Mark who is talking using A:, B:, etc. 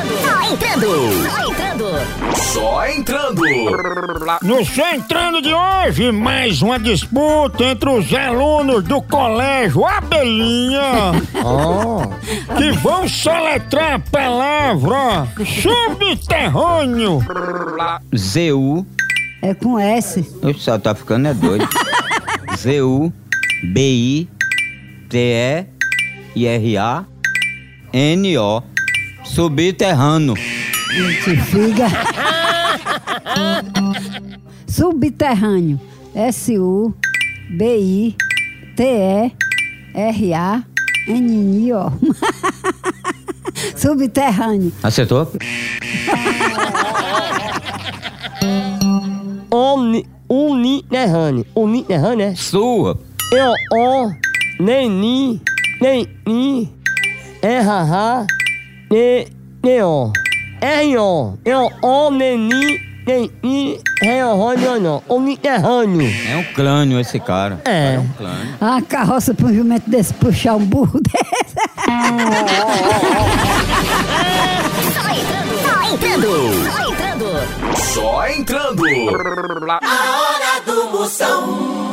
A: entrando! Só entrando!
B: Só entrando!
C: No Só Entrando de hoje, mais uma disputa entre os alunos do colégio Abelhinha que vão soletrar a palavra subterrâneo.
D: ZU.
E: É com S.
D: O só tá ficando é doido. ZU. BI. TE. IRA. NO. Subterrâneo.
E: Gente, figa. Subterrâneo. S-U-B-I-T-E-R-A-N-I-O. Subterrâneo.
D: Acertou?
F: Omni, uninerrâneo. Uninerrâneo, é?
D: Sua.
F: Eu, on, nem ni, nem ni, é haha, ne, neon. É ion. Eu, on, nem ni, nem ni, é horrônio, não. Uninerrâneo.
D: É um crânio esse cara.
F: É.
D: Um crânio.
E: A carroça pro jumento desse puxar um burro desse.
A: Só entrando! Só entrando! Só entrando!
B: Só entrando!
G: A hora do Moção.